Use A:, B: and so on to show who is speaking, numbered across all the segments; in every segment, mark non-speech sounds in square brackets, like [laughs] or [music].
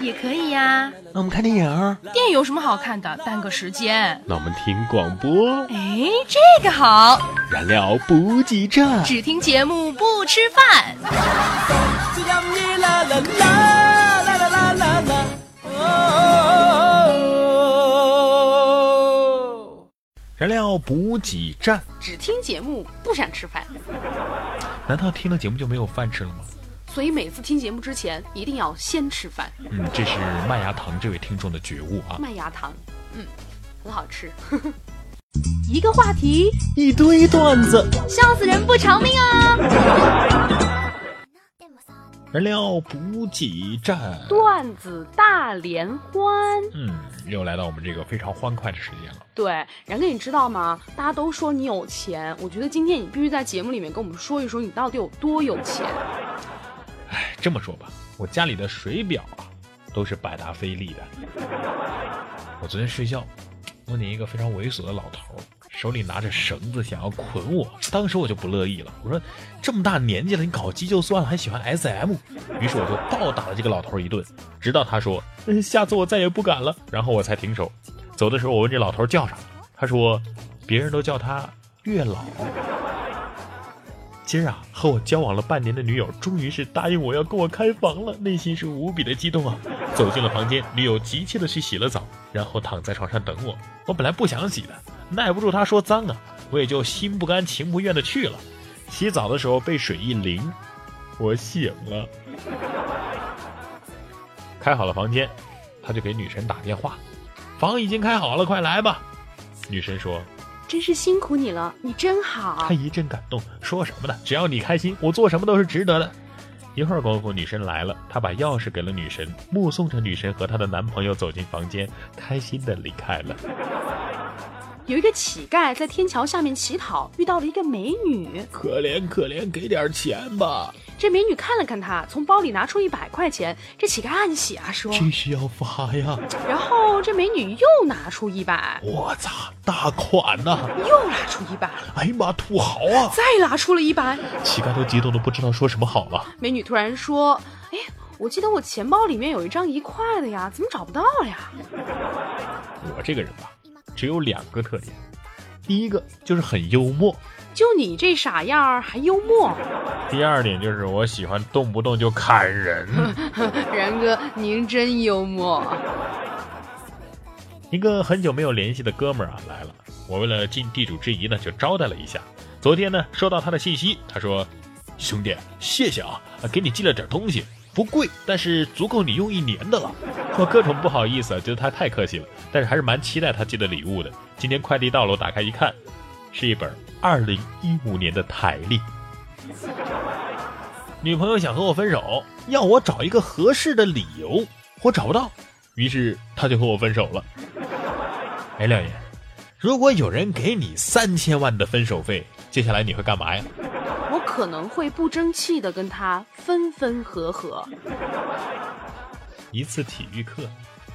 A: 也可以呀、
B: 那我们看电影儿。
A: 电影有什么好看的？耽搁时间。
B: 那我们听广播。
A: 哎，这个好，
B: 燃料补给站。
A: 只听节目不吃饭。
B: 燃料补给站，
C: 只听节目不想吃饭，
B: 难道听了节目就没有饭吃了吗？
C: 所以每次听节目之前一定要先吃饭。
B: 嗯，这是麦芽糖这位听众的觉悟啊。
C: 麦芽糖，嗯，很好吃。
D: 一个话题，
B: 一堆段子，
D: 笑死人不偿命啊！
B: 燃料补给站。
C: 段子大联欢，
B: 嗯，又来到我们这个非常欢快的时间了。
C: 对，然哥，你知道吗？大家都说你有钱，我觉得今天你必须在节目里面跟我们说一说你到底有多有钱。
B: 哎，这么说吧，我家里的水表啊，都是百达翡丽的。我昨天睡觉，梦见一个非常猥琐的老头儿，手里拿着绳子想要捆我，当时我就不乐意了，我说这么大年纪了，你搞基就算了，还喜欢 SM，于是我就暴打了这个老头儿一顿，直到他说、嗯下次我再也不敢了，然后我才停手。走的时候我问这老头儿叫啥，他说别人都叫他月老。今儿啊，和我交往了半年的女友终于是答应我要跟我开房了，内心是无比的激动啊！走进了房间，女友急切的去洗了澡，然后躺在床上等我。我本来不想洗的，耐不住她说脏啊，我也就心不甘情不愿的去了。洗澡的时候被水一淋，我醒了。开好了房间，他就给女神打电话：“房已经开好了，快来吧。”女神说：“
C: 真是辛苦你了，你真好
B: 他。一阵感动，说什么呢？只要你开心，我做什么都是值得的。一会儿功夫，女神来了，她把钥匙给了女神，目送着女神和她的男朋友走进房间，开心的离开了。
C: 有一个乞丐在天桥下面乞讨，遇到了一个美女。
B: 可怜可怜，给点钱吧！
C: 这美女看了看他，从包里拿出一百块钱。这乞丐暗喜啊，说。
B: 这是要发呀！
C: 然后这美女又拿出一百，
B: 我操，大款呐、
C: 又拿出一百，
B: 哎呀妈，土豪啊！
C: 再拿出了一百。
B: 乞丐都激动的不知道说什么好了。
C: 美女突然说：“哎，我记得我钱包里面有一张一块的呀，怎么找不到了呀
B: 我这个人吧，只有两个特点，第一个就是很幽默，？”
C: 就你这傻样儿还幽默，
B: 第二点就是我喜欢动不动就砍人。
C: [laughs] 然哥您真幽默。
B: 一个很久没有联系的哥们儿啊来了，我为了尽地主之谊呢，就招待了一下。昨天呢，收到他的信息，他说：“兄弟，谢谢啊，给你寄了点东西，不贵，但是足够你用一年的了。”我各种不好意思啊，觉得他太客气了，但是还是蛮期待他寄的礼物的。今天快递到了，我打开一看，是一本二零一五年的台历。女朋友想和我分手，要我找一个合适的理由，我找不到，于是他就和我分手了。哎，亮爷，如果有人给你三千万的分手费，接下来你会干嘛呀？
C: 我可能会不争气的跟他分分合合。
B: 一次体育课，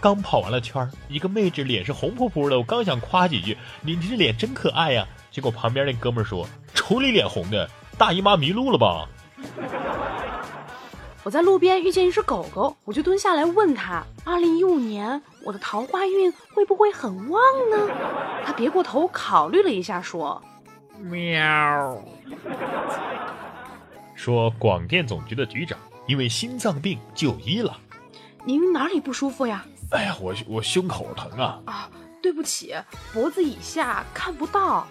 B: 刚跑完了圈儿，一个妹子脸是红扑扑的，我刚想夸几句，你这脸真可爱呀、结果旁边那哥们儿说：“瞅你脸红的，大姨妈迷路了吧
C: 我在路边遇见一只狗狗，我就蹲下来问他：“二零一五年我的桃花运会不会很旺呢？”他别过头，考虑了一下，说？”
B: 说广电总局的局长因为心脏病就医了。：“
C: 您哪里不舒服呀
B: 哎呀，我我胸口疼啊！”
C: 啊，对不起，脖子以下看不到。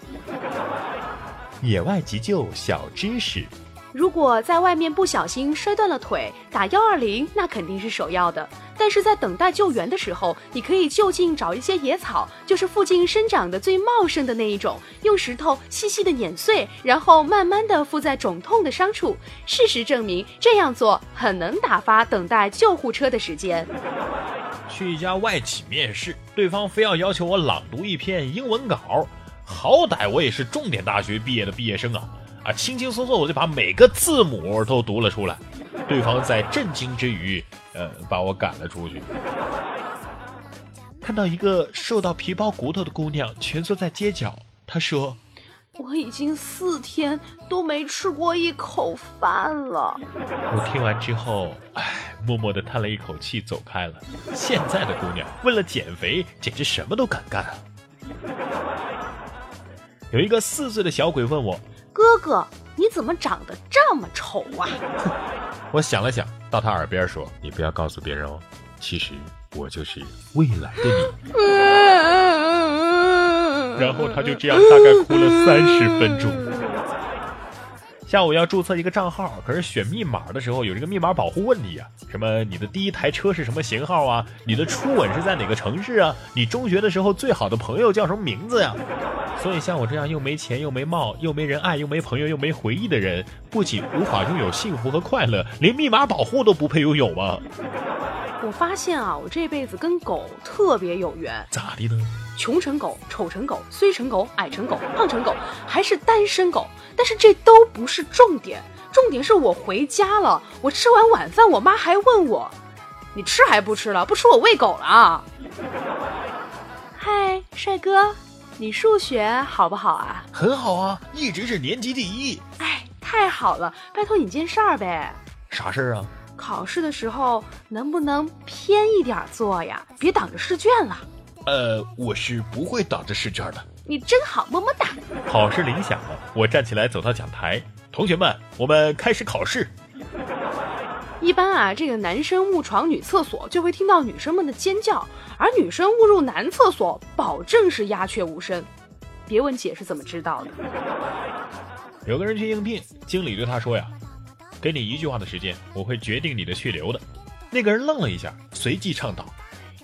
B: 野外急救小知识，
C: 如果在外面不小心摔断了腿，打幺二零那肯定是首要的。但是在等待救援的时候，你可以就近找一些野草，就是附近生长的最茂盛的那一种，用石头细细的碾碎，然后慢慢的敷在肿痛的伤处。事实证明，这样做很能打发等待救护车的时间。
B: 去一家外企面试，对方非要要求我朗读一篇英文稿，好歹我也是重点大学毕业的毕业生啊！啊，轻轻松松我就把每个字母都读了出来。对方在震惊之余，呃，把我赶了出去。看到一个瘦到皮包骨头的姑娘蜷缩在街角，她说
C: 我已经四天都没吃过一口饭了。：“
B: 我听完之后，唉，默默地叹了一口气，走开了。现在的姑娘为了减肥，简直什么都敢干啊！”有一个四岁的小鬼问我，
C: 哥哥，你怎么长得这么丑啊？
B: 我想了想，到他耳边说：“你不要告诉别人哦，其实我就是未来的你。”
C: [laughs]
B: 然后他就这样大概哭了三十分钟。下午要注册一个账号，可是选密码的时候有这个密码保护问题啊，什么你的第一台车是什么型号啊，你的初吻是在哪个城市啊，你中学的时候最好的朋友叫什么名字呀、所以像我这样又没钱又没貌又没人爱又没朋友又没回忆的人，不仅无法拥有幸福和快乐，连密码保护都不配拥有啊吗？
C: 我发现啊，我这辈子跟狗特别有缘，
B: 咋的呢？
C: 穷成狗、丑成狗、衰成狗、矮成狗、胖成狗，还是单身狗。但是这都不是重点，重点是我回家了，我吃完晚饭，我妈还问我：“你吃还不吃了？不吃我喂狗了啊！”嗨，帅哥，你数学好不好啊？
B: 很好啊，一直是年级第一。
C: 哎，太好了，拜托你件事儿呗。
B: 啥事儿啊？
C: 考试的时候能不能偏一点儿做呀？别挡着试卷了。
B: 呃，我是不会挡着试卷的。
C: 你真好，么么哒。
B: 考试铃响了，我站起来走到讲台，同学们，我们开始考试。
C: 一般啊，这个男生误闯女厕所，就会听到女生们的尖叫；而女生误入男厕所，保证是鸦雀无声。别问姐是怎么知道的。
B: 有个人去应聘，经理对他说呀：“给你一句话的时间，我会决定你的去留的。”那个人愣了一下，随即倡导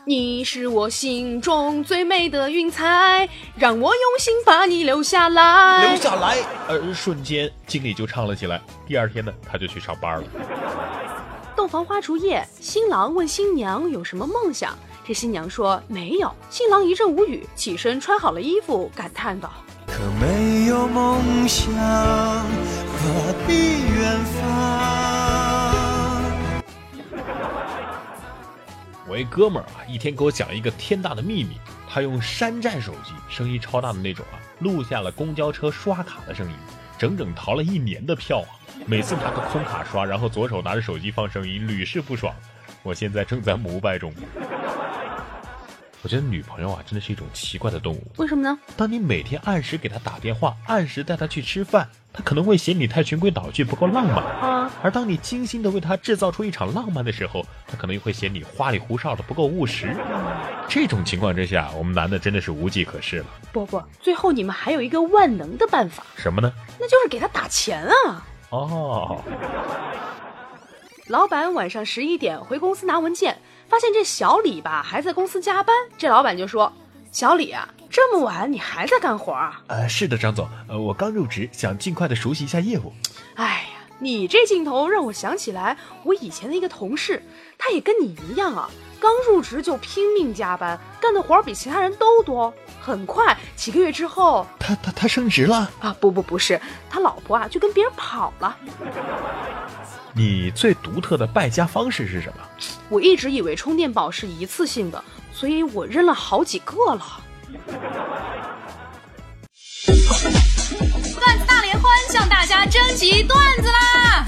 C: 你是我心中最美的云彩，让我用心把你留下来。
B: 留下来。呃，瞬间经理就唱了起来。第二天呢，他就去上班了。
C: 洞房花烛夜，新郎问新娘有什么梦想，这新娘说没有。新郎一阵无语，起身穿好了衣服，感叹道
E: 可没有梦想，何必远方？
B: 我一哥们儿啊，一天给我讲一个天大的秘密，他用山寨手机，声音超大的那种啊，录下了公交车刷卡的声音，整整逃了一年的票啊！每次拿个空卡刷，然后左手拿着手机放声音，屡试不爽。我现在正在膜拜中。我觉得女朋友啊，真的是一种奇怪的动物。：“
C: 为什么呢？
B: 当你每天按时给她打电话，按时带她去吃饭，她可能会嫌你太循规蹈矩，不够浪漫。
C: 啊，
B: 而当你精心的为他制造出一场浪漫的时候，他可能又会嫌你花里胡哨的不够务实。这种情况之下，我们男的真的是无计可施了。
C: 伯伯，最后你们还有一个万能的办法，
B: 什么呢？
C: 那就是给他打钱啊。”
B: 哦，
C: 老板晚上十一点回公司拿文件，发现这小李吧还在公司加班，这老板就说：“小李啊，这么晚你还在干活啊？
B: 呃，是的，张总，呃，我刚入职，想尽快的熟悉一下业务。
C: 哎呀，你这镜头让我想起来我以前的一个同事，他也跟你一样啊，刚入职就拼命加班，干的活儿比其他人都多。很快几个月之后
B: 他他他升职了。
C: 啊，不不不是，他老婆啊就跟别人跑了。
B: 你最独特的败家方式是什么？
C: 我一直以为充电宝是一次性的，所以我扔了好几个了。”
A: 段子大联欢向大家征集段子啦！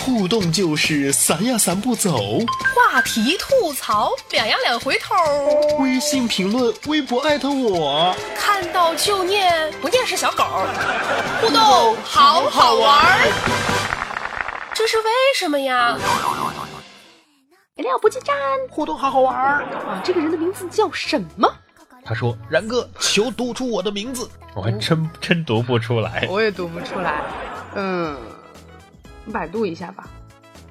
F: 互动就是散呀散不走，
A: 话题吐槽，两呀两回头，
F: 微信评论、微博艾特我。
A: 看到就念，不念是小狗。互动好好玩儿，这是为什么呀？
C: 饮料不进站，活动好好玩儿啊！这个人的名字叫什么？
B: 他说，
F: 然哥，求读出我的名字。
B: 我还真真读不出来。
C: 我也读不出来。嗯，百度一下吧。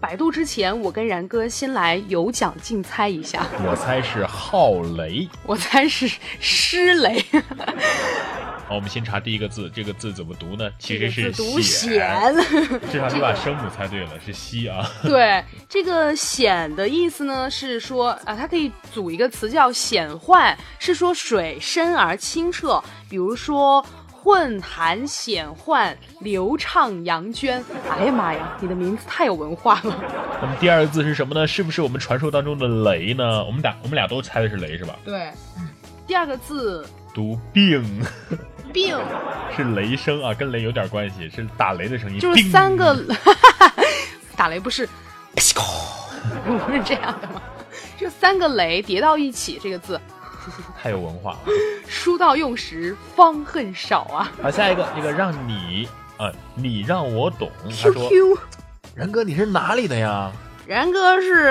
C: 百度之前，我跟然哥先来有奖竞猜一下，
B: 我猜是浩雷。
C: 我猜是施雷，
B: 好，我们先查第一个字，这个字怎么读呢？其实
C: 这 [laughs]
B: 是
C: 个字读
B: 显。
C: 显。
B: 至少你把声母猜对了，是西啊。 [laughs]
C: 对，这个显的意思呢是说啊，它可以组一个词叫显幻，是说水深而清澈，比如说混含显幻，流畅扬涓。哎呀妈呀，你的名字太有文化了。
B: 那么第二个字是什么呢？是不是我们传说当中的雷呢？我们俩我们俩都猜的是雷是吧？
C: 对，第二个字
B: 读病
C: 病，
B: 是雷声啊，跟雷有点关系，是打雷的声音。
C: 就是
B: 叮
C: 三个， [laughs] 打雷不是，不是这样的吗？这三个雷叠到一起，这个字
B: 太有文化了。
C: 书到用时方恨少啊。
B: 好，下一个一个让你啊，你让我懂。他
C: Q
B: 说
C: Q。：“
B: 然哥，你是哪里的呀？”
C: 然哥是，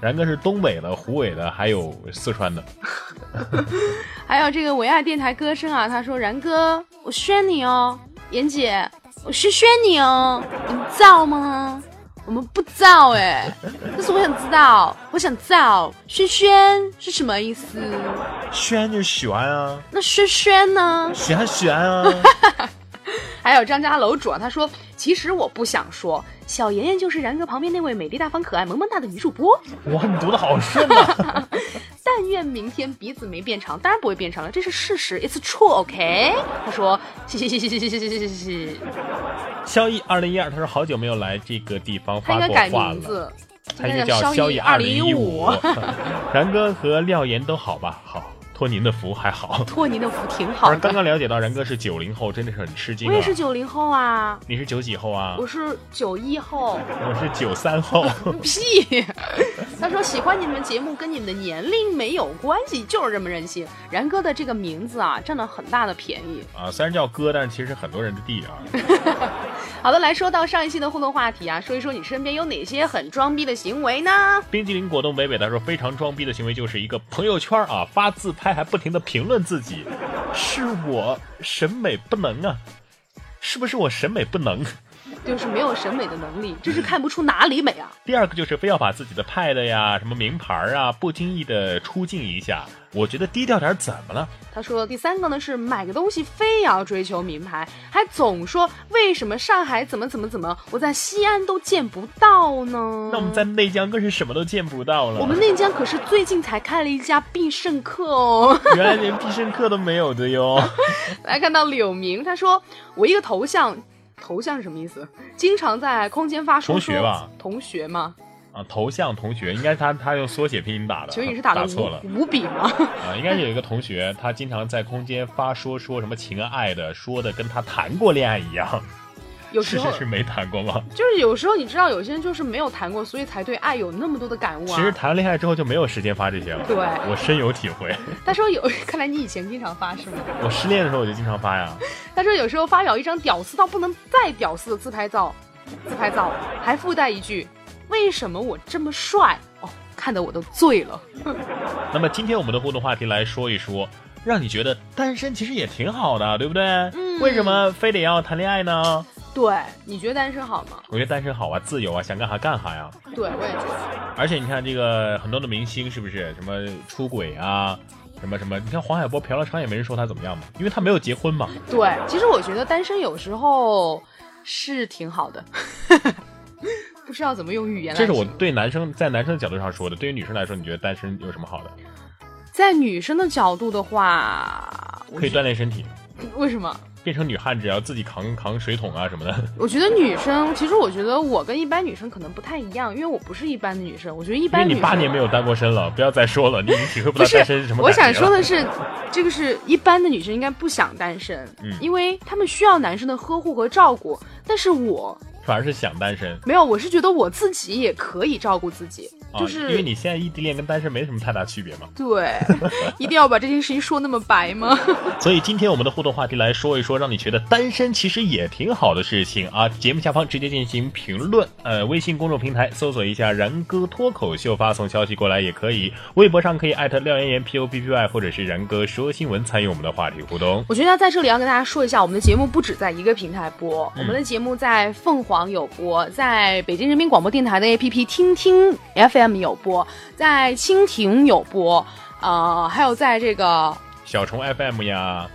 B: 然哥是东北的、湖北的，还有四川的。
C: 还有这个唯爱电台歌声啊，他说然哥，我宣你哦，妍姐，我是宣你哦，你造吗？我们不造哎、但是我想知道，我想造轩轩是什么意思？
B: 轩就喜欢啊，
C: 那轩轩呢？
B: 喜欢喜欢啊。
C: 还有张家楼主啊，他说其实我不想说，小妍妍就是然哥旁边那位美丽大方、可爱、萌萌哒的女主播。
B: [laughs] 哇，你读的好顺啊！
C: 但愿明天鼻子没变长，当然不会变长了，这是事实，It's true，OK？、他说，嘻嘻嘻嘻嘻嘻嘻嘻嘻嘻，
B: 萧逸二零一二，他说好久没有来这个地方
C: 他应
B: 发
C: 该
B: 过
C: 改
B: 话
C: 名
B: 了，
C: 字，
B: 他应
C: 应
B: 该
C: 该
B: 叫萧
C: 逸
B: 逸
C: 二
B: 二
C: 零
B: 零
C: 一
B: 一五
C: 五。。
B: [laughs] 然哥和廖岩都好吧？好，托您的福还好。
C: 托您的福挺好
B: 而刚
C: 的，
B: 刚了解到然哥是九零后，真的是很吃惊、
C: 我
B: 啊。
C: 也是九零后啊，
B: 你是九几后啊？
C: 我是九一后，
B: 我是九三后。 [laughs]
C: 屁！他说喜欢你们节目跟你们的年龄没有关系，就是这么任性。然哥的这个名字啊，占了很大的便宜。
B: 啊，虽然叫哥，但是其实很多人的
C: [laughs]
B: 弟啊。
C: 好的，来说到上一期的互动话题啊，说一说你身边有哪些很装逼的行为呢？
B: 冰激凌果冻北北他说，非常装逼的行为就是一个朋友圈啊发自拍，还不停的评论自己，是我审美不能啊，是不是我审美不能？
C: 就是没有审美的能力，真是看不出哪里美啊！
B: 第二个就是非要把自己的 pad 呀、什么名牌啊，不经意的出镜一下，我觉得低调点怎么了？
C: 他说第三个呢是买个东西非要追求名牌，还总说为什么上海怎么怎么怎么，我在西安都见不到呢？
B: 那我们在内江更是什么都见不到了。
C: 我们内江可是最近才开了一家必胜客哦。 [laughs]
B: 原来连必胜客都没有的哟。
C: 来看到柳明，他说我一个头像，头像是什么意思？经常在空间发说
B: 同
C: 说
B: 学吧
C: 同学吗？
B: 啊，头像同学应该他他用缩写拼音打的，
C: 请问你是打了
B: 错了。
C: 五五笔吗？
B: 啊，应该有一个同学，他经常在空间发说说什么情爱的，说的跟他谈过恋爱一样。
C: 有时
B: 是
C: 候
B: 是是没谈过吗？
C: 就是有时候你知道，有些人就是没有谈过，所以才对爱有那么多的感悟啊。
B: 其实谈了恋爱之后就没有时间发这些了。
C: 对
B: 我深有体会。 [laughs]
C: 他说有， [laughs] 看来你以前经常发啊是吗？
B: 我失恋的时候我就经常发呀。
C: 他说有时候发表一张屌丝到不能再屌丝的自拍照，自拍照还附带一句：为什么我这么帅？哦，看得我都醉了。
B: 那么今天我们的互动话题来说一说，让你觉得单身其实也挺好的，对不对？
C: 嗯
B: 为什么非得要谈恋爱呢？
C: 对，你觉得单身好吗？
B: 我觉得单身好啊，自由啊，想干啥干啥呀。
C: 对，我也觉得。
B: 而且你看这个很多的明星是不是什么出轨啊，什么什么？你看黄海波嫖了娼也没人说他怎么样嘛，因为他没有结婚嘛。
C: 对，其实我觉得单身有时候是挺好的， [laughs] 不知道怎么用语言来
B: 这
C: 形
B: 是
C: 容。
B: 我对男生在男生的角度上说的，对于女生来说，你觉得单身有什么好的？
C: 在女生的角度的话，我
B: 可以锻炼身体，
C: 为什么？
B: 变成女汉子，然后自己扛扛水桶啊什么的。
C: 我觉得女生，其实我觉得我跟一般女生可能不太一样，因为我不是一般的女生。我觉得一
B: 因为
C: 般
B: 你
C: 女生
B: 八年没有单过身了，不要再说了，你已经体会不
C: 不
B: 到
C: 是
B: 单身是什么
C: 我
B: 感觉了。
C: 想说的是，这个是一般的女生应该不想单身，
B: 嗯
C: 因为她们需要男生的呵护和照顾。但是我
B: 反而是想单身，
C: 没有，我是觉得我自己也可以照顾自己，
B: 啊
C: 就是、
B: 因为你现在异地恋跟单身没什么太大区别嘛。
C: 对， [laughs] 一定要把这件事情说那么白吗？ [laughs]
B: 所以今天我们的互动话题来说一说，让你觉得单身其实也挺好的事情啊！节目下方直接进行评论，呃，微信公众平台搜索一下“然哥脱口秀”，发送消息过来也可以。微博上可以艾特廖岩岩 P O P P Y，或者是然哥说新闻，参与我们的话题互动。嗯
C: 我觉得在这里要跟大家说一下，我们的节目不止在一个平台播，我们的节目在凤凰网有播，在北京人民广播电台的 APP 听听 FM 有播，在蜻蜓有播，呃，还有在这个
B: 小虫 FM 呀。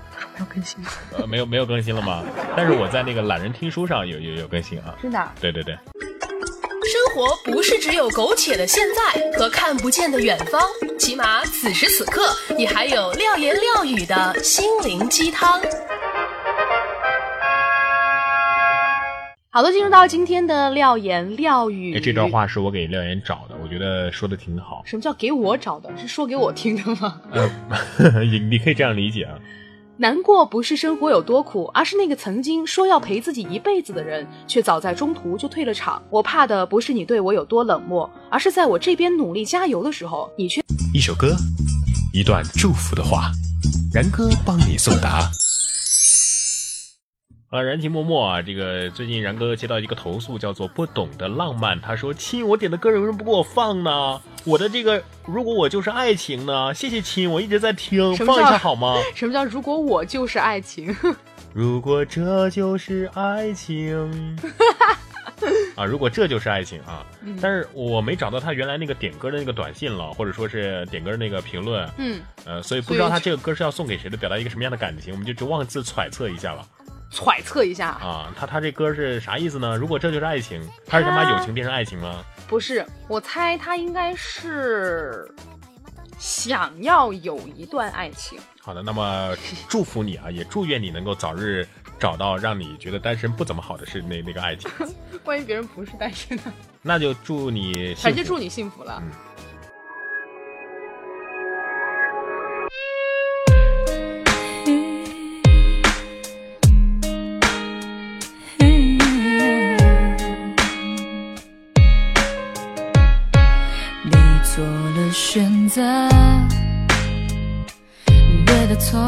B: 呃，没有没有更新了
C: [laughs]
B: 吗？但是我在那个懒人听书上有有有更新啊。
C: 真的
B: 对对对，
A: 生活不是只有苟且的现在和看不见的远方，起码此时此刻，你还有廖言廖语的心灵鸡汤。
C: 好的，进入到今天的廖言廖语。
B: 哎这段话是我给廖岩找的，我觉得说的挺好。
C: 什么叫给我找的？是说给我听的吗？ [laughs]
B: 呃， [laughs] 你你可以这样理解啊。
C: 难过不是生活有多苦，而是那个曾经说要陪自己一辈子的人，却早在中途就退了场。我怕的不是你对我有多冷漠，而是在我这边努力加油的时候，你却
F: 一首歌，一段祝福的话，然哥帮你送达。
B: 啊，燃情脉脉啊，这个最近然哥接到一个投诉，叫做不懂的浪漫。他说：“亲，我点的歌为什么不给我放呢？我的这个如果我就是爱情呢？谢谢亲，我一直在听，
C: 什么
B: 放
C: 叫
B: 一下好吗？
C: 什么叫如果我就是爱情？
B: 如果这就是爱情。”啊，如果这就是爱情啊！但是我没找到他原来那个点歌的那个短信了，或者说是点歌的那个评论，
C: 嗯，
B: 呃，所以不知道他这个歌是要送给谁的，表达一个什么样的感情，我们就就妄自揣测一下了。
C: [laughs] 揣测一下，
B: 啊，他他这歌是啥意思呢？如果这就是爱情，他是想把友情变成爱情吗？
C: 不是，我猜他应该是想要有一段爱情。
B: 好的，那么祝福你啊，也祝愿你能够早日找到让你觉得单身不怎么好的是那那个爱
C: [laughs]
B: 情，
C: 关于别人不是单 [laughs] 身的，
B: 那就祝你幸福
C: 反正祝你幸福了。
G: 你做了选择，对的错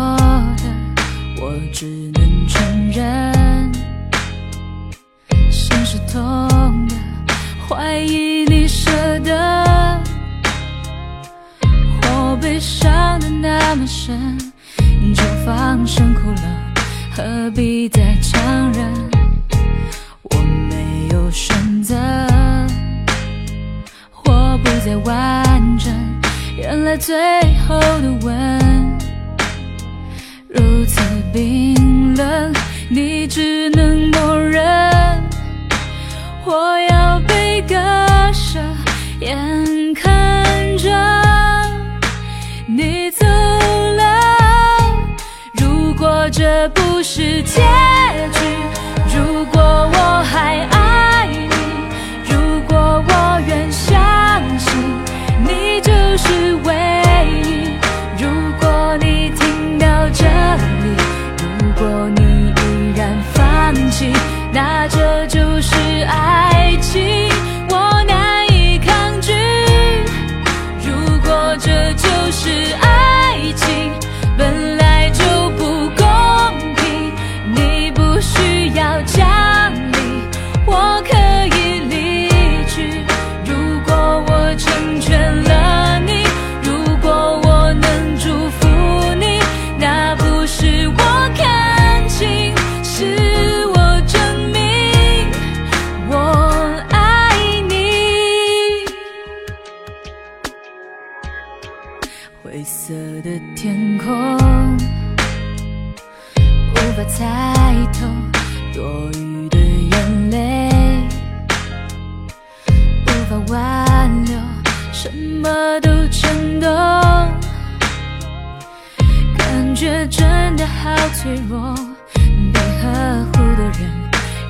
G: 的，我只能承认。心是痛的，怀疑你舍得，我被伤的那么深，就放声哭了，何必再强忍？我没有选择。我不再完整。原来最后的吻如此冰冷，你只能默认。我要被割舍，眼看着你走了。如果这不是结局，如果我还爱你，如果我愿相信你就是唯一，如果你听到这里，如果你依然放弃，那这就是爱情。我难以抗拒，如果这就是爱情，本来就不公平，你不需要讲理，我可以离去。如果我成全了你，如果我能祝福你，那不是我看清，是我证明我爱你。灰色的天空，无法猜透多余的眼泪，无法挽留，什么都冲动，感觉真的好脆弱，被呵护的人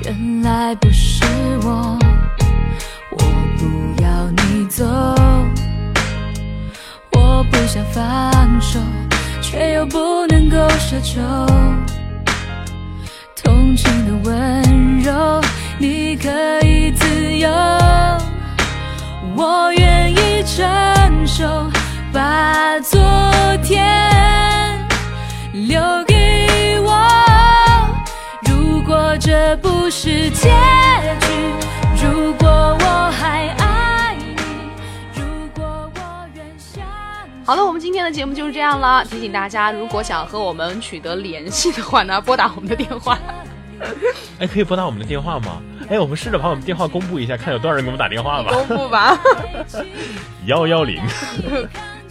G: 原来不是我，我不要你走。我不想放手，却又不能够奢求同情的温柔，你可以自由，我愿意承受，把昨天留给我。如果这不是结局，如果我还爱你，如果我愿相信。
C: 好的，我们今天的节目就是这样了。提醒大家，如果想和我们取得联系的话呢，拨打我们的电话。
G: 如
B: 哎，可以拨打我们的电话吗？哎，我们试着把我们电话公布一下，看有多少人给我们打电话吧。
C: 公布吧， [laughs]
B: 幺幺零，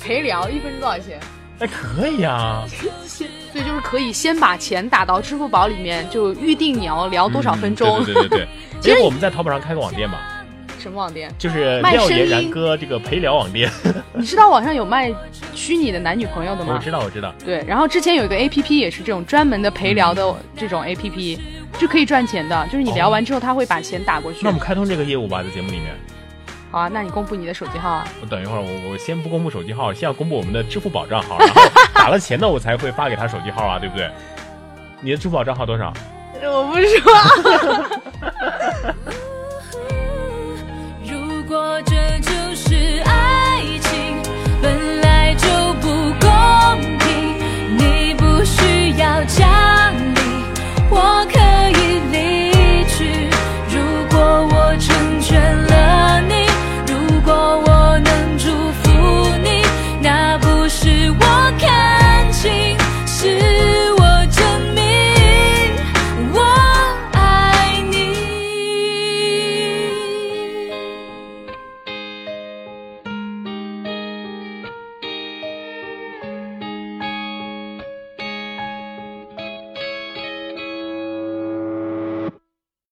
C: 陪聊一分钟多少钱？
B: 哎，可以啊。
C: 所以就是可以先把钱打到支付宝里面，就预定你要聊 [laughs] 多少分钟。
B: 嗯对对对对对，因为我们在淘宝上开个网店嘛，
C: [laughs] 什么网店？
B: 就是
C: 卖
B: 廖
C: 声
B: 岩然
C: 音
B: 哥这个陪聊网店。
C: 你知道网上有卖虚拟的男女朋友的
B: 我
C: 吗
B: 知？道，我知道。
C: 对，然后之前有一个 A P P 也是这种专门的陪聊的这种 A P P，是可以赚钱的，就是你聊完之后他会把钱打过去
B: 嗯那我。们开通这个业务吧，在节目里面。
C: 好啊，那你公布你的手机号啊。
B: 我等一会儿，我我先不公布手机号，先要公布我们的支付宝账号，然后打了钱呢，我才会发给他手机号啊，对不对？你的支付宝账号多少？
C: 我不说，
G: 如果这只